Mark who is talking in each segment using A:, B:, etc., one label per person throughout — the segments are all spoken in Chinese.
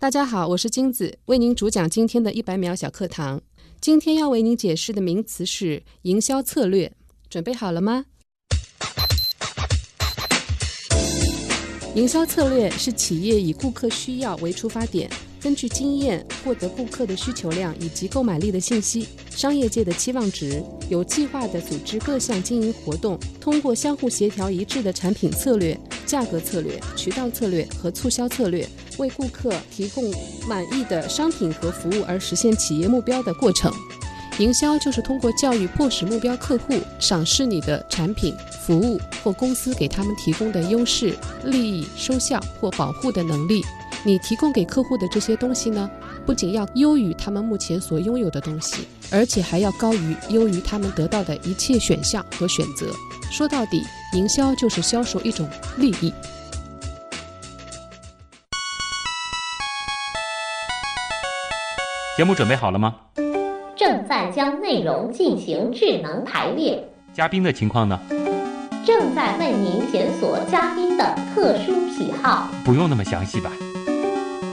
A: 大家好，我是金子，为您主讲今天的一百秒小课堂。今天要为您解释的名词是营销策略，准备好了吗？营销策略是企业以顾客需要为出发点，根据经验获得顾客的需求量以及购买力的信息、商业界的期望值，有计划地组织各项经营活动，通过相互协调一致的产品策略、价格策略、渠道策略和促销策略，为顾客提供满意的商品和服务，而实现企业目标的过程。营销就是通过教育迫使目标客户赏识你的产品、服务或公司给他们提供的优势、利益、收效或保护的能力。你提供给客户的这些东西呢，不仅要优于他们目前所拥有的东西，而且还要高于优于他们得到的一切选项和选择。说到底，营销就是销售一种利益。
B: 节目准备好了吗？
C: 正在将内容进行智能排列，
B: 嘉宾的情况呢？
C: 正在为您检索嘉宾的特殊喜好，
B: 不用那么详细吧？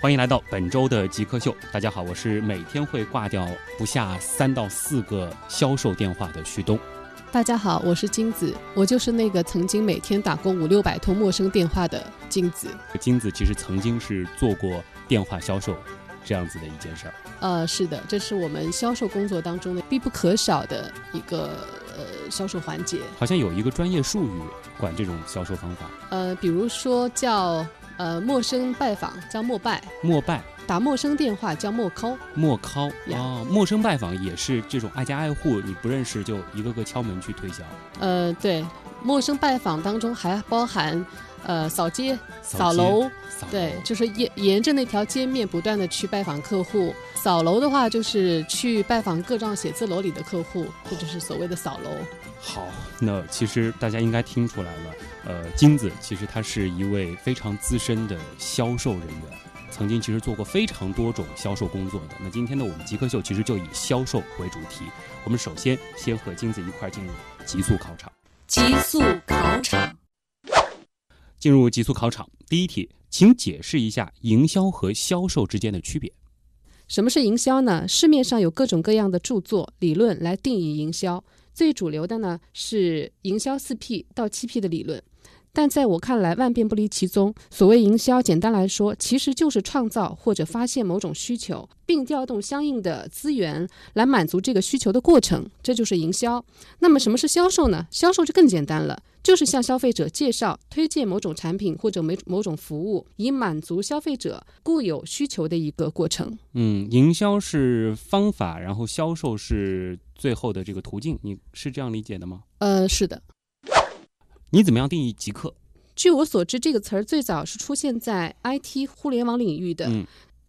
B: 欢迎来到本周的极客秀，大家好，我是每天会挂掉不下三到四个销售电话的旭东。
A: 大家好，我是金子，我就是那个曾经每天打过五六百通陌生电话的金子。
B: 金子其实曾经是做过电话销售这样子的一件事儿。
A: 呃，是的，这是我们销售工作当中的必不可少的一个呃销售环节。
B: 好像有一个专业术语管这种销售方法，
A: 呃，比如说叫呃陌生拜访叫陌拜，
B: 陌拜、
A: 打陌生电话叫陌 call。
B: 陌 call
A: 呀
B: 啊，陌生拜访也是这种挨家挨户，你不认识就一个个敲门去推销。
A: 呃，对，陌生拜访当中还包含呃扫街、扫
B: 扫街哦
A: 楼，
B: 扫
A: 对
B: 楼，
A: 就是沿沿着那条街面不断的去拜访客户。扫楼的话，就是去拜访各幢写字楼里的客户，这就是所谓的扫楼。
B: 好，那其实大家应该听出来了，呃，金子其实他是一位非常资深的销售人员，曾经其实做过非常多种销售工作的。那今天呢，我们极客秀其实就以销售为主题，我们首先先和金子一块儿进入极速考场。
D: 极速考场，
B: 进入极速考场，第一题，请解释一下营销和销售之间的区别。
A: 什么是营销呢？市面上有各种各样的著作、理论来定义营销。最主流的呢是营销四 P 到七 P 的理论，但在我看来，万变不离其宗。所谓营销，简单来说，其实就是创造或者发现某种需求，并调动相应的资源来满足这个需求的过程，这就是营销。那么什么是销售呢？销售就更简单了。就是向消费者介绍、推荐某种产品或者某某种服务，以满足消费者固有需求的一个过程。
B: 嗯，营销是方法，然后销售是最后的这个途径，你是这样理解的吗？
A: 呃，是的。
B: 你怎么样定义极客？
A: 据我所知，这个词儿最早是出现在 IT 互联网领域的。
B: 嗯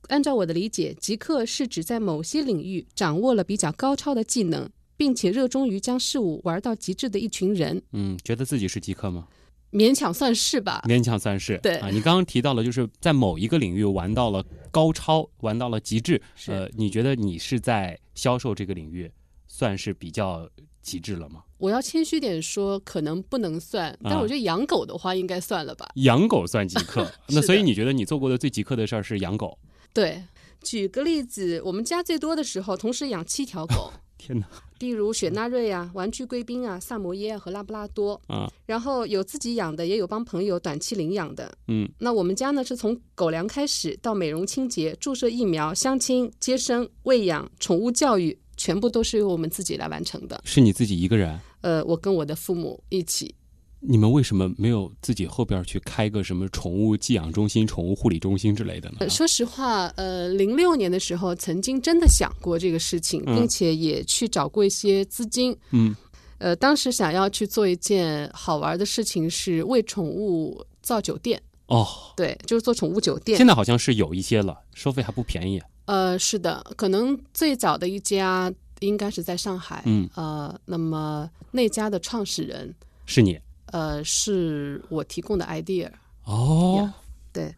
A: 按照我的理解，极客是指在某些领域掌握了比较高超的技能，并且热衷于将事物玩到极致的一群人，
B: 嗯，觉得自己是极客吗？
A: 勉强算是吧。
B: 勉强算是。
A: 对
B: 啊，你刚刚提到了，就是在某一个领域玩到了高超，玩到了极致。
A: 是
B: 呃，你觉得你是在销售这个领域算是比较极致了吗？
A: 我要谦虚点说，可能不能算，但
B: 啊
A: 我觉得养狗的话应该算了吧。
B: 养狗算极 客，那
A: 是
B: 所以
A: 的
B: 你觉得你做过的最极客的事儿是养狗？
A: 对，举个例子，我们家最多的时候同时养七条狗，
B: 天哪！
A: 例如雪纳瑞啊、玩具贵宾啊、萨摩耶啊和拉布拉多。
B: 啊，
A: 然后有自己养的，也有帮朋友短期领养的。
B: 嗯，
A: 那我们家呢是从狗粮开始到美容清洁、注射疫苗、相亲、接生、喂养、宠物教育，全部都是由我们自己来完成的。
B: 是你自己一个人？啊
A: 呃，我跟我的父母一起，
B: 你们为什么没有自己后边去开个什么宠物寄养中心、宠物护理中心之类的呢？
A: 呃，说实话，呃，零六年的时候曾经真的想过这个事情，
B: 嗯
A: 并且也去找过一些资金。
B: 嗯，
A: 呃，当时想要去做一件好玩的事情，是为宠物造酒店，
B: 哦，
A: 对，就是做宠物酒店
B: 现。在好像是有一些了，收费还不便宜。
A: 呃，是的，可能最早的一家应该是在上海，
B: 嗯，
A: 呃，那么那家的创始人，
B: 是你
A: 呃，是我提供的 idea，
B: 哦
A: 呀对，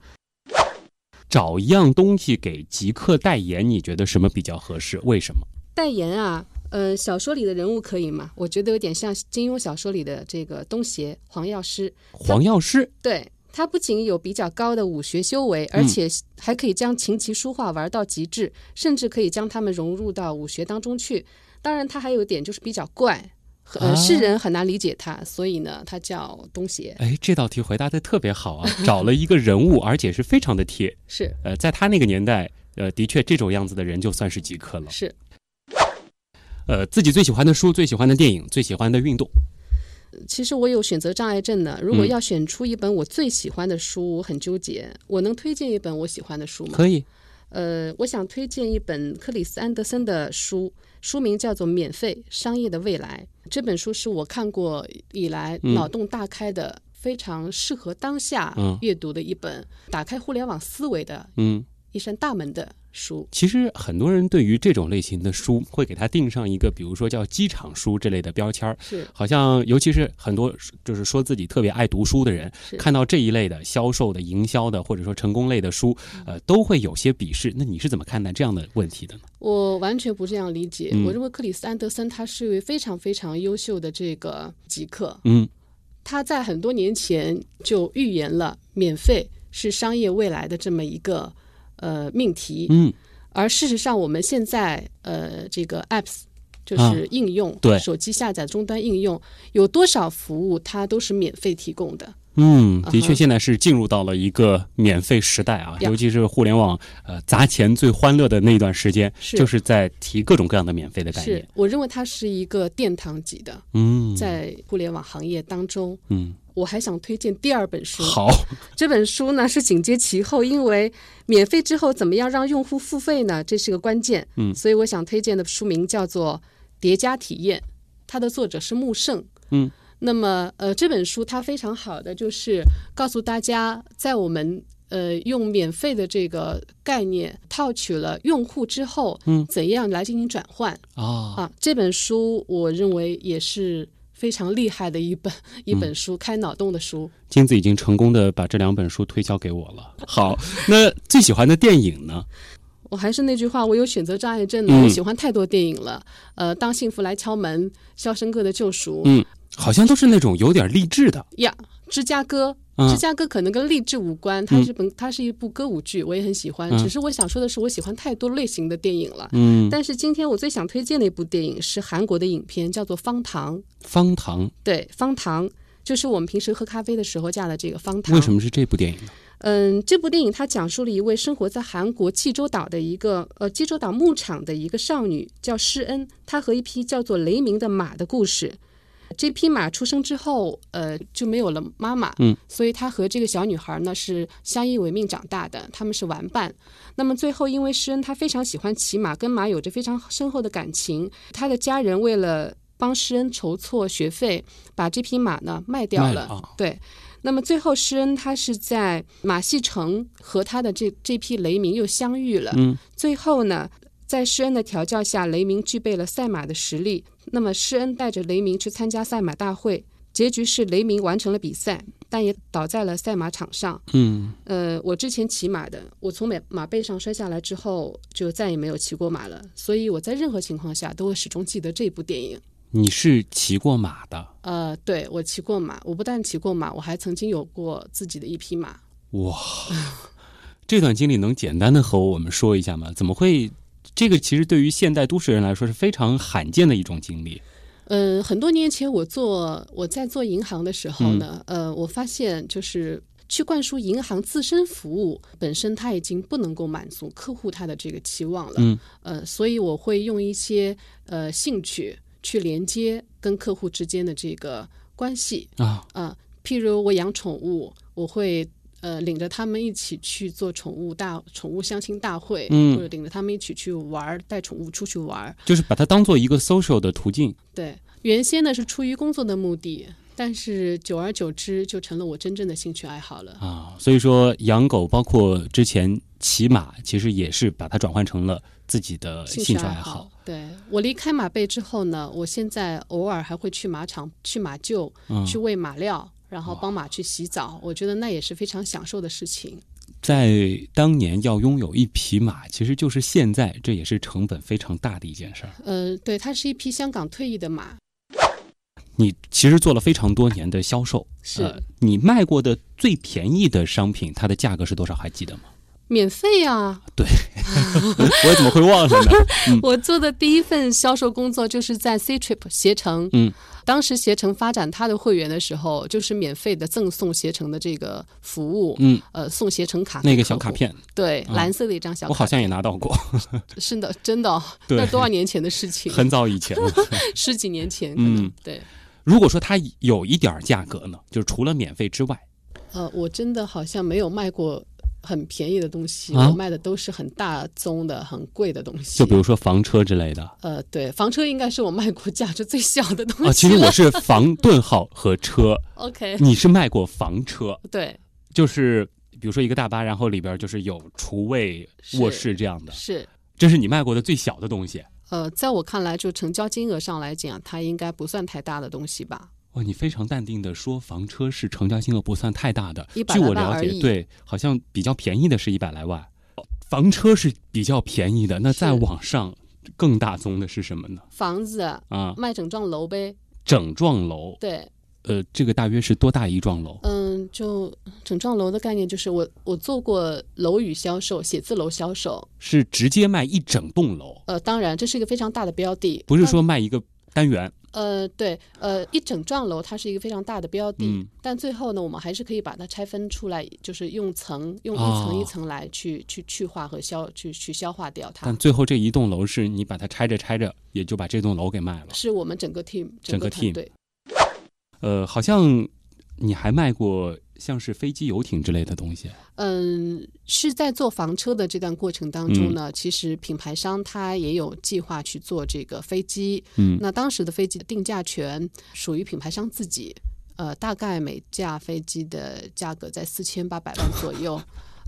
B: 找一样东西给极客代言，你觉得什么比较合适？为什么？
A: 代言啊，呃，小说里的人物可以吗？我觉得有点像金庸小说里的这个东邪黄药师，
B: 黄药师
A: 对他不仅有比较高的武学修为，而
B: 嗯
A: 且还可以将琴棋书画玩到极致，甚至可以将它们融入到武学当中去。当然，他还有一点就是比较怪，和
B: 啊
A: 呃，世人很难理解他，所以呢，他叫东邪。
B: 哎，这道题回答的特别好啊！找了一个人物，而且是非常的贴。
A: 是
B: 呃，在他那个年代，呃，的确这种样子的人就算是极客了。
A: 是，
B: 呃，自己最喜欢的书、最喜欢的电影、最喜欢的运动，
A: 其实我有选择障碍症呢。如果
B: 嗯
A: 要选出一本我最喜欢的书，我很纠结。我能推荐一本我喜欢的书吗？
B: 可以。
A: 呃，我想推荐一本克里斯·安德森的书，书名叫做《免费商业的未来》。这本书是我看过以来
B: 嗯
A: 脑洞大开的，非常适合当下
B: 嗯
A: 阅读的一本，打开互联网思维的
B: 嗯，
A: 一扇大门的书。
B: 其实很多人对于这种类型的书，会给它定上一个，比如说叫机场书之类的标签儿。
A: 是
B: 好像，尤其是很多就是说自己特别爱读书的人，
A: 是
B: 看到这一类的销售的、营销的，或者说成功类的书，
A: 嗯
B: 呃，都会有些鄙视。那你是怎么看待这样的问题的呢？
A: 我完全不这样理解。
B: 嗯
A: 我认为克里斯·安德森他是一位非常非常优秀的这个极客，
B: 嗯，
A: 他在很多年前就预言了免费是商业未来的这么一个呃命题。
B: 嗯，
A: 而事实上，我们现在呃，这个 apps 就
B: 啊
A: 是应用，
B: 对
A: 手机下载终端应用，有多少服务它都是免费提供的？
B: 嗯，的
A: 嗯
B: 确，
A: 哼
B: 现在是进入到了一个免费时代啊，
A: 呀
B: 尤其是互联网呃砸钱最欢乐的那一段时间，
A: 是
B: 就是在提各种各样的免费的概
A: 是
B: 念。
A: 我认为它是一个殿堂级的，
B: 嗯，
A: 在互联网行业当中。
B: 嗯
A: 我还想推荐第二本书，
B: 好，
A: 这本书呢是紧接其后，因为免费之后怎么样让用户付费呢？这是个关键。
B: 嗯
A: 所以我想推荐的书名叫做《叠加体验》，它的作者是穆胜。
B: 嗯，
A: 那么呃，这本书它非常好的就是告诉大家，在我们呃用免费的这个概念套取了用户之后，
B: 嗯
A: 怎样来进行转换。
B: 啊，
A: 啊，这本书我认为也是非常厉害的一本一
B: 嗯
A: 本书，开脑洞的书。
B: 金子已经成功的把这两本书推销给我了。好， 那最喜欢的电影呢？
A: 我还是那句话，我有选择障碍症呢，
B: 嗯
A: 我喜欢太多电影了。呃，当幸福来敲门，《肖申克的救赎》
B: 嗯好像都是那种有点励志的。
A: 呀，芝加哥。
B: 嗯
A: 芝加哥可能跟励志无关，它是本它是一部歌舞剧，我也很喜欢。
B: 嗯
A: 只是我想说的是，我喜欢太多类型的电影了。
B: 嗯，
A: 但是今天我最想推荐的一部电影是韩国的影片，叫做《方糖》。
B: 方糖
A: 对，《方糖》就是我们平时喝咖啡的时候加的这个方糖。
B: 为什么是这部电影呢？
A: 嗯，这部电影它讲述了一位生活在韩国济州岛的一个呃济州岛牧场的一个少女叫施恩，她和一匹叫做雷鸣的马的故事。这匹马出生之后，呃，就没有了妈妈，
B: 嗯，
A: 所以她和这个小女孩呢是相依为命长大的，他们是玩伴。那么最后，因为施恩她非常喜欢骑马，跟马有着非常深厚的感情，她的家人为了帮施恩筹措学费，把这匹马呢卖掉
B: 卖
A: 了，
B: 了啊
A: 对。那么最后，施恩他是在马戏城和他的这这匹雷鸣又相遇了。
B: 嗯，
A: 最后呢，在施恩的调教下，雷鸣具备了赛马的实力。那么施恩带着雷鸣去参加赛马大会，结局是雷鸣完成了比赛，但也倒在了赛马场上。
B: 嗯，
A: 呃，我之前骑马的，我从马马背上摔下来之后，就再也没有骑过马了。所以我在任何情况下都会始终记得这部电影。
B: 你是骑过马 的
A: 呃，对我骑过马，我不但骑过马，我还曾经有过自己的一匹马。
B: 哇？这段经历能简单的和我们说一下吗？怎么会？这个其实对于现代都市人来说是非常罕见的一种经历。
A: 嗯，很多年前我做我在做银行的时
B: 嗯
A: 候呢，呃，我发现就是去灌输银行自身服务本身，它已经不能够满足客户他的这个期望了。
B: 嗯，
A: 呃，所以我会用一些呃兴趣去连接跟客户之间的这个关系
B: 啊，
A: 啊、譬如我养宠物，我会。呃，领着他们一起去做宠物大宠物相亲大会，
B: 嗯
A: 或者领着他们一起去玩儿，带宠物出去玩儿，
B: 就是把它当做一个 social 的途径。
A: 对，原先呢是出于工作的目的，但是久
B: 啊
A: 而久之就成了我真正的兴趣爱好了。
B: 啊，所以说养狗，包括之前骑马其实也是把它转换成了自己的兴
A: 兴
B: 趣
A: 趣
B: 爱
A: 好
B: 好。。
A: 对我离开马背之后呢，我现在偶尔还会去马场、去马厩、
B: 嗯
A: 去喂马料，然后
B: 哇
A: 帮马去洗澡。我觉得那也是非常享受的事情。
B: 在当年要拥有一匹马，其实就是现在，这也是成本非常大的一件事儿。
A: 呃，对，它是一匹香港退役的马，
B: 你其实做了非常多年的销售，
A: 是
B: 呃你卖过的最便宜的商品，它的价格是多少？还记得 吗？
A: 免费啊！
B: 我怎么会忘 了呢？
A: 我做的第一份销售工作就是在 C Trip 携程，
B: 嗯，
A: 当时携程发展它的会员的时候，就是免费的赠送携程的这个服务，
B: 嗯，
A: 呃，送携程卡给
B: 那个
A: 客
B: 小卡
A: 户，
B: 片，
A: 对，
B: 嗯
A: 蓝色的一张小卡，
B: 我好像也拿到 过，
A: 是的，真的哦，
B: 对
A: 那多少年前的事情，
B: 很早以前了。
A: 十几年前，可能、
B: 嗯
A: 对。
B: 如果说它有一点儿价格呢，就是除了免费之外，
A: 呃，我真的好像没有卖过很便宜的东西，
B: 啊
A: 我卖的都是很大宗的、很贵的东西。
B: 就比如说房车之类的
A: 呃，对，房车应该是我卖过价值最小的东西了。
B: 啊。其实我是 嗯房顿号和车，
A: OK，
B: 你是卖过房车，
A: 对，
B: 就是比如说一个大巴，然后里边就是有厨卫、
A: 是
B: 卧室这样的，
A: 是。
B: 这是你卖过的最小的东西。
A: 呃，在我看来，就成交金额上来讲，它应该不算太大的东西吧。
B: 哇，哦你非常淡定的说，房车是成交金额不算太大的。
A: 100
B: 据我
A: 来万
B: 了
A: 而
B: 解，
A: 已
B: 对，好像比较便宜的是一百来万，哦房车是比较便宜的。那再
A: 是
B: 往上更大宗的是什么呢？
A: 房子
B: 啊，
A: 卖整幢楼呗，
B: 整幢楼，
A: 对，
B: 呃，这个大约是多大一幢楼？
A: 嗯，就整幢楼的概念就是我我做过楼宇销售、写字楼销售，
B: 是直接卖一整栋楼，
A: 呃，当然这是一个非常大的标的，
B: 不是
A: 那
B: 说卖一个单元。
A: 呃，对，呃，一整幢楼它是一个非常大的标的，
B: 嗯
A: 但最后呢，我们还是可以把它拆分出来，就是用层，用一层一
B: 哦
A: 层来去、去去化和消去去消化掉它
B: 但，最后这一栋楼是你把它拆着拆着，也就把这栋楼给卖了。
A: 是我们整个 team
B: 整个
A: 个
B: team
A: 团队。
B: 呃，好像你还卖过像是飞机、游艇之类的东西。
A: 嗯，是在做房车的这段过程当中
B: 嗯
A: 呢，其实品牌商他也有计划去做这个飞机。
B: 嗯
A: 那当时的飞机定价权属于品牌商自己，呃，大概每架飞机的价格在四千八百万左右。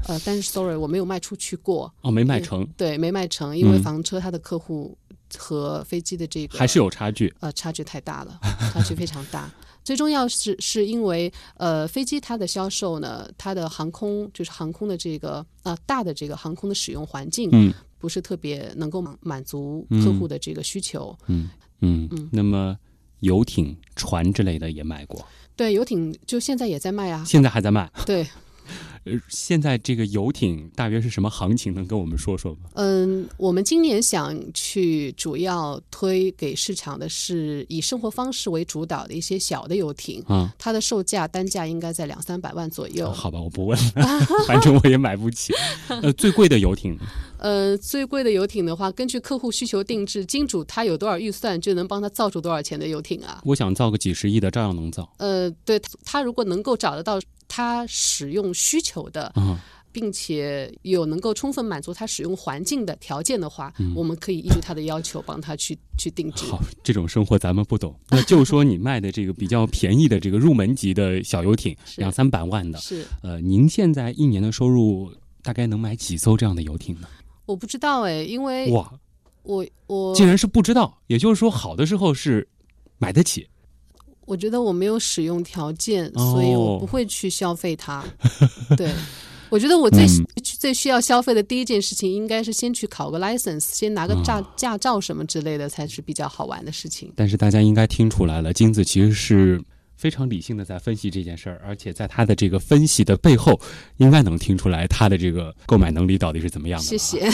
A: 呃，但是 sorry，我没有卖出去过，
B: 哦，没卖成，
A: 对，没卖成，因为
B: 嗯
A: 房车它的客户和飞机的这个
B: 还是有差距。
A: 呃差距太大了，差距非常大。最重要是是因为呃飞机它的销售呢，它的航空就是航空的这个啊、大的这个航空的使用环境。
B: 嗯
A: 不是特别能够满满足客户的这个需求，
B: 嗯嗯。那么游艇、船之类的也卖过，
A: 对游艇就现在也在卖啊，
B: 现在还在卖。
A: 对，
B: 呃，现在这个游艇大约是什么行情？能跟我们说说吗？
A: 嗯，我们今年想去主要推给市场的是以生活方式为主导的一些小的游艇，
B: 啊、
A: 它的售价单价应该在两三百万左右。
B: 好吧，我不问了， 反正我也买 不起。呃，最贵的游艇
A: 呃，最贵的游艇的话，根据客户需求定制，金主他有多少预算，就能帮他造出多少钱的游艇啊。
B: 我想造个几十亿的，照样能造。
A: 呃，对他他如果能够找得到他使用需求的，
B: 嗯
A: 并且有能够充分满足他使用环境的条件的话，我们可以依据他的要求帮他去去定制。
B: 嗯好，这种生活咱们不懂。那就说你卖的这个比较便宜的这个入门级的小游艇，
A: 是
B: 两三百万的，
A: 是，
B: 呃，您现在一年的收入大概能买几艘这样的游艇呢？
A: 我不知道哎，因为
B: 哇，
A: 我我
B: 竟然是不知道，也就是说，好的时候是买得起，
A: 我觉得我没有使用条件，
B: 哦
A: 所以我不会去消费 它。对，我觉得我最、
B: 嗯
A: 最需要消费的第一件事情，应该是先去考个 license，先拿个驾、
B: 啊
A: 驾照什么之类的，才是比较好玩的事情。
B: 但是大家应该听出来了，金子其实是非常理性的在分析这件事儿，而且在他的这个分析的背后，应该能听出来他的这个购买能力到底是怎么样的。啊
A: 谢谢。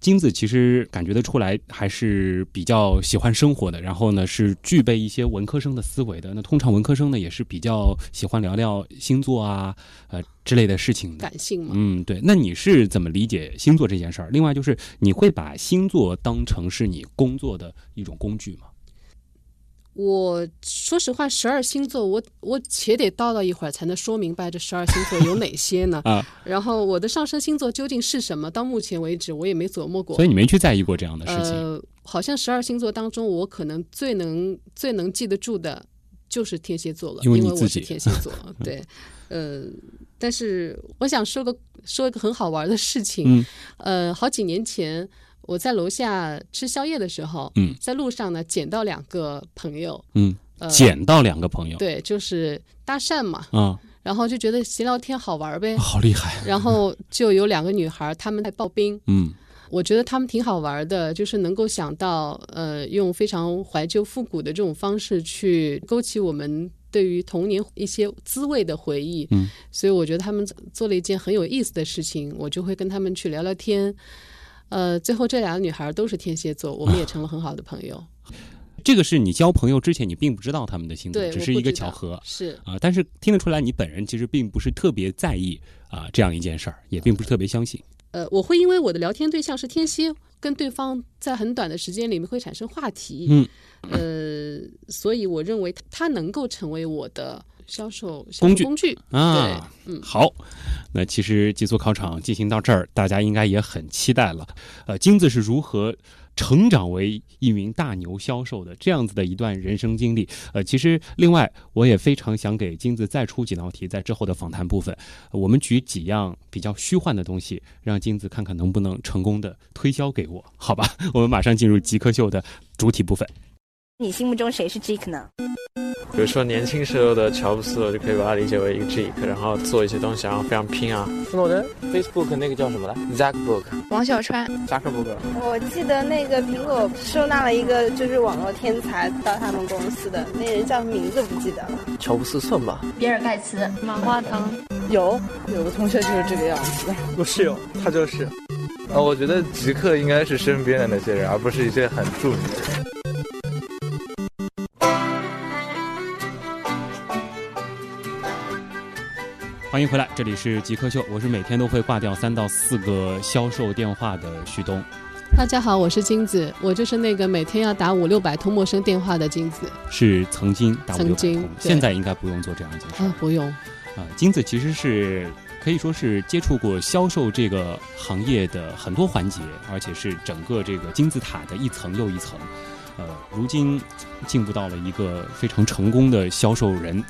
B: 金子其实感觉得出来，还是比较喜欢生活的。然后呢，是具备一些文科生的思维的。那通常文科生呢，也是比较喜欢聊聊星座啊，呃之类的事情的。
A: 感性嘛，
B: 嗯，对。那你是怎么理解星座这件事儿？另外就是，你会把星座当成是你工作的一种工具吗？？
A: 我说实话，十二星座我我且得叨叨一会儿才能说明白这十二星座有哪些呢
B: 啊，
A: 然后我的上升星座究竟是什么？到目前为止我也没琢磨过
B: 所。以你没去在意过这样的事情。
A: 呃，好像十二星座当中，我可能最能最能记得住的就是天蝎座了，因
B: 因为你自
A: 我是
B: 己
A: 天蝎座。对，呃，但是我想说个说一个很好玩的事情，
B: 嗯
A: 呃，好几年前我在楼下吃宵夜的时候，
B: 嗯
A: 在路上呢捡到两个朋友，
B: 嗯，
A: 呃，
B: 捡到两个朋友，
A: 对，就是搭讪嘛，
B: 啊，
A: 然后就觉得闲聊天好玩呗，
B: 好厉害，
A: 然后就有两个女孩，她们在刨冰，
B: 嗯
A: 我觉得她们挺好玩的，就是能够想到呃，用非常怀旧复古的这种方式去勾起我们。对于童年一些滋味的回忆，
B: 嗯，
A: 所以我觉得他们做了一件很有意思的事情，我就会跟他们去聊聊天。呃，最后这两个女孩都是天蝎座，我们也成了很好的朋友。
B: 这个是你交朋友之前你并不知道他们的星座，
A: 对，
B: 嗯只
A: 我
B: 是
A: 不
B: 一个
A: 知道
B: 巧合
A: 是
B: 啊。但是听得出来，你本人其实并不是特别在意啊这样一件事儿，也并不是特别相信。
A: 呃，我会因为我的聊天对象是天蝎，跟对方在很短的时间里面会产生话题，
B: 嗯，
A: 呃，所以我认为他他能够成为我的销售销售
B: 工具
A: 工具，
B: 啊，
A: 对嗯
B: 好，那其实极速考场进行到这儿，大家应该也很期待了。呃，金子是如何成长为一名大牛销售的这样子的一段人生经历？呃，其实另外我也非常想给金子再出几道题，在之后的访谈部分，呃我们举几样比较虚幻的东西，让金子看看能不能成功的推销给我，好吧？ 我们马上进入极客秀的主体部分。
E: 你心目中谁是 Jake 呢？
F: 比如说年轻时候的乔布斯，我就可以把它理解为一个 geek，然后做一些东西，然后非常拼啊。
G: 那我的 Facebook 那个叫什么来？Zackbook，
H: 王小川，
G: 扎克伯格。
E: 我记得那个苹果收纳了一个就是网络天才到他们公司的那人叫什么名字不记得了。
G: 乔布斯算吧。
H: 比尔盖茨，马化腾，
E: 有有个同学就是这个样子。
I: 我室友他就是。
J: 呃，我觉得极客应该是身边的那些人，而不是一些很著名的人。
B: 欢迎回来，这里是极客秀，我是每天都会挂掉三到四个销售电话的旭东。
A: 大家好，我是金子，我就是那个每天要打五六百通陌生电话的金子。
B: 是曾经打五六
A: 曾
B: 百
A: 经
B: 通，
A: 对
B: 现在应该不用做这样一件事儿
A: 啊，不用，
B: 啊、金子其实是可以说是接触过销售这个行业的很多环节，而且是整个这个金字塔的一层又一层。呃，如今进步到了一个非常成功的销售人。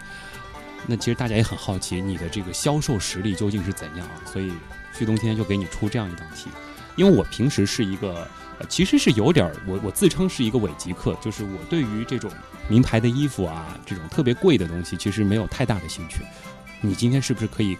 B: 那其实大家也很好奇你的这个销售实力究竟是怎样啊？所以旭东今天就给你出这样一道题，因为我平时是一个，呃、其实是有点儿我我自称是一个伪极客，就是我对于这种名牌的衣服啊，这种特别贵的东西，其实没有太大的兴趣。你今天是不是可以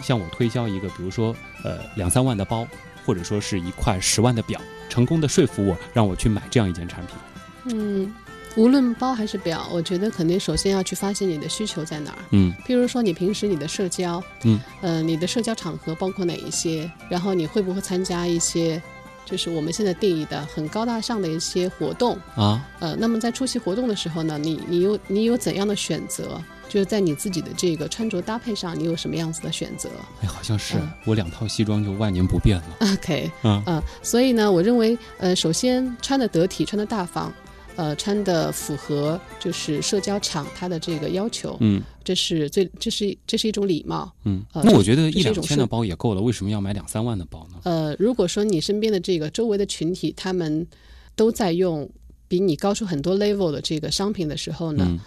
B: 向我推销一个，比如说呃两三万的包，或者说是一块十万的表，成功的说服我，让我去买这样一件产品？
A: 嗯。无论包还是表，我觉得肯定首先要去发现你的需求在哪儿。
B: 嗯
A: 譬如说，你平时你的社交，
B: 嗯，
A: 呃，你的社交场合包括哪一些？然后你会不会参加一些，就是我们现在定义的很高大上的一些活动？
B: 啊，
A: 呃，那么在出席活动的时候呢，你你有你有怎样的选择？就是在你自己的这个穿着搭配上，你有什么样子的选择
B: 哎，好像是、
A: 嗯
B: 我两套西装就万年不变了。
A: ？OK，
B: 嗯
A: 呃，所以呢，我认为，呃，首先穿的得体，穿的大方，呃，穿的符合就是社交场它的这个要求，
B: 嗯
A: 这是最这是这是一种礼貌。
B: 嗯，
A: 呃
B: 那我觉得
A: 这
B: 一
A: 是一
B: 两
A: 种
B: 千
A: 是
B: 的包也够了，为什么要买两三万的包呢？
A: 呃，如果说你身边的这个周围的群体，他们都在用比你高出很多 level 的这个商品的时候呢，
B: 嗯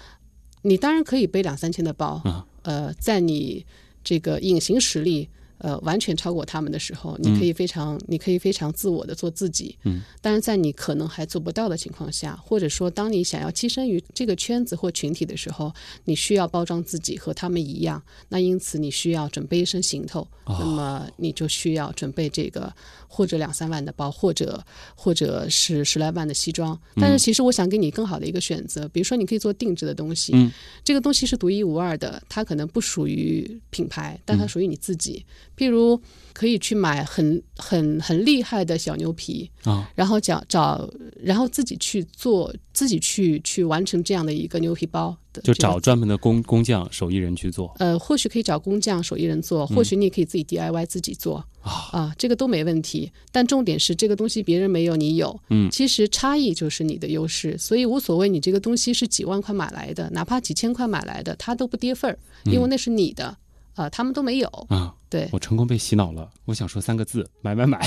A: 你当然可以背两三千的包，
B: 啊
A: 呃，在你这个隐形实力呃完全超过他们的时候，你可以非常、你可以非常自我的做自己，
B: 嗯，
A: 但是在你可能还做不到的情况下，或者说当你想要跻身于这个圈子或群体的时候，你需要包装自己和他们一样，那因此你需要准备一身行头，那么你就需要准备这个或者两三万的包，或者或者是十来万的西装。但是其实我想给你更好的一个选择，比如说你可以做定制的东西，
B: 嗯
A: 这个东西是独一无二的，它可能不属于品牌，但它属于你自己。譬如可以去买很很很厉害的小牛皮，
B: 啊，
A: 然后找找，然后自己去做，自己去去完成这样的一个牛皮包的
B: 就
A: 这样
B: 找专门的工工匠、手艺人去做
A: 呃，或许可以找工匠、手艺人做，或许你也可以自己 DIY 自己做
B: 嗯啊。
A: 啊，这个都没问题。但重点是这个东西别人没有，你有。
B: 嗯
A: 其实差异就是你的优势，所以无所谓你这个东西是几万块买来的，哪怕几千块买来的，它都不跌份儿，因为那是你的。呃，他们都没有。
B: 啊，
A: 对，
B: 嗯我成功被洗脑了。我想说三个字：买买 买。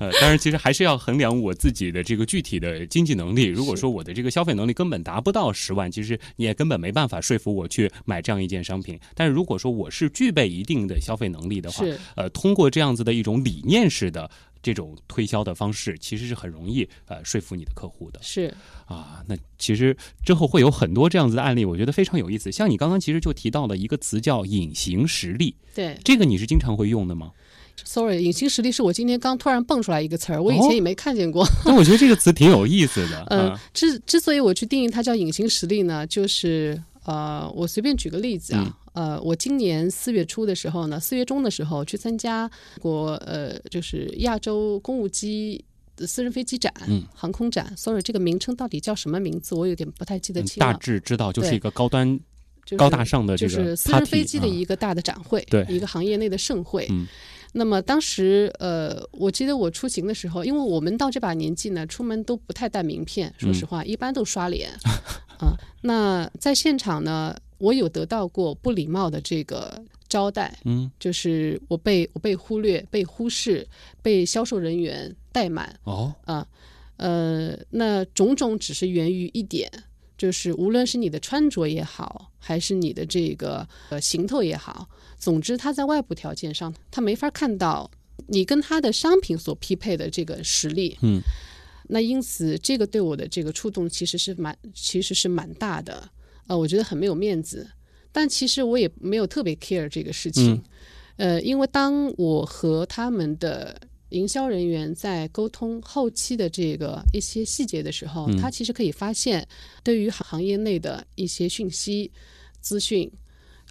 B: 呃，当然，其实还是要衡量我自己的这个具体的经济能力。如果说我的这个消费能力根本达不到十万，其实你也根本没办法说服我去买这样一件商品。但是如果说我是具备一定的消费能力的话，
A: 是
B: 呃，通过这样子的一种理念式的这种推销的方式，其实是很容易呃说服你的客户的。
A: 是，
B: 啊，那其实之后会有很多这样子的案例，我觉得非常有意思。像你刚刚其实就提到了一个词叫“隐形实力”，
A: 对。
B: 这个你是经常会用的吗？
A: Sorry，隐形实力是我今天刚突然蹦出来一个词儿，
B: 哦
A: 我以前也没看见过。
B: 那我觉得这个词挺有意思 的。
A: 嗯
B: 啊，
A: 之之所以我去定义它叫隐形实力呢，就是呃，我随便举个例子啊，
B: 嗯
A: 呃，我今年四月初的时候呢，四月中的时候去参加国呃，就是亚洲公务机。私人飞机展、
B: 嗯
A: 航空展，sorry，这个名称到底叫什么名字？我有点不太记得
B: 嗯
A: 清了。
B: 大致知道就是
A: 对
B: 一个高端
A: 就是
B: 高大上的这
A: 就是
B: 个
A: 私人
B: party
A: 飞机的
B: 啊
A: 一个大的展会，
B: 对
A: 一个行业内的盛会。
B: 嗯
A: 那么当时，呃，我记得我出行的时候，因为我们到这把年纪呢，出门都不太带名片，说
B: 嗯
A: 实话，一般都刷脸。啊，那在现场呢，我有得到过不礼貌的这个招待，
B: 嗯
A: 就是我被我被忽略、被忽视、被销售人员怠慢，
B: 哦
A: 啊，呃，那种种只是源于一点，就是无论是你的穿着也好，还是你的这个呃行头也好，总之他在外部条件上，他没法看到你跟他的商品所匹配的这个实力。
B: 嗯，
A: 那因此这个对我的这个触动其实是蛮其实是蛮大的，呃，我觉得很没有面子。但其实我也没有特别 care 这个事情，
B: 嗯
A: 呃，因为当我和他们的营销人员在沟通后期的这个一些细节的时候，
B: 嗯
A: 他其实可以发现，对于行行业内的一些讯息、资讯，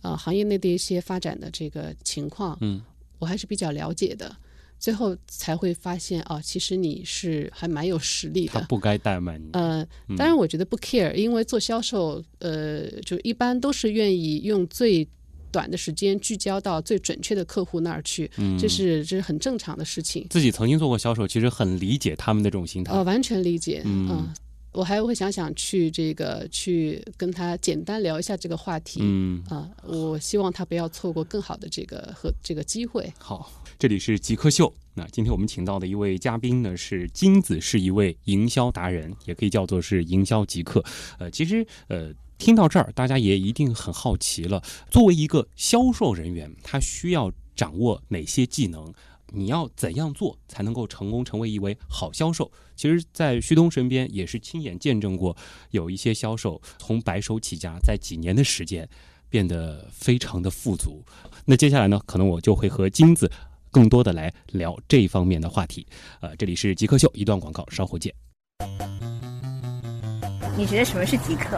A: 呃，行业内的一些发展的这个情况，
B: 嗯，
A: 我还是比较了解的。最后才会发现啊，其实你是还蛮有实力
B: 他
A: 的。
B: 不嗯该怠慢你。
A: 呃，当然我觉得不 care，因为做销售，呃，就一般都是愿意用最短的时间聚焦到最准确的客户那儿去，
B: 嗯
A: 这是这是很正常的事情。
B: 自己曾经做过销售，其实很理解他们的这种心态。
A: 呃，完全理解，呃
B: 嗯
A: 我还会想想去这个去跟他简单聊一下这个话题。
B: 嗯，
A: 啊、我希望他不要错过更好的这个和这个机会。
B: 好，这里是极客秀。那今天我们请到的一位嘉宾呢是金子，是一位营销达人，也可以叫做是营销极客。呃，其实呃。听到这儿，大家也一定很好奇了。作为一个销售人员，他需要掌握哪些技能？你要怎样做才能够成功成为一位好销售？其实，在旭东身边也是亲眼见证过，有一些销售从白手起家，在几年的时间变得非常的富足。那接下来呢，可能我就会和金子更多的来聊这方面的话题。呃，这里是极客秀，一段广告，稍后见。
I: 你觉得什么是极客？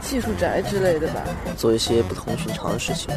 K: 技术宅之类的吧。
L: 做一些不同寻常的事情。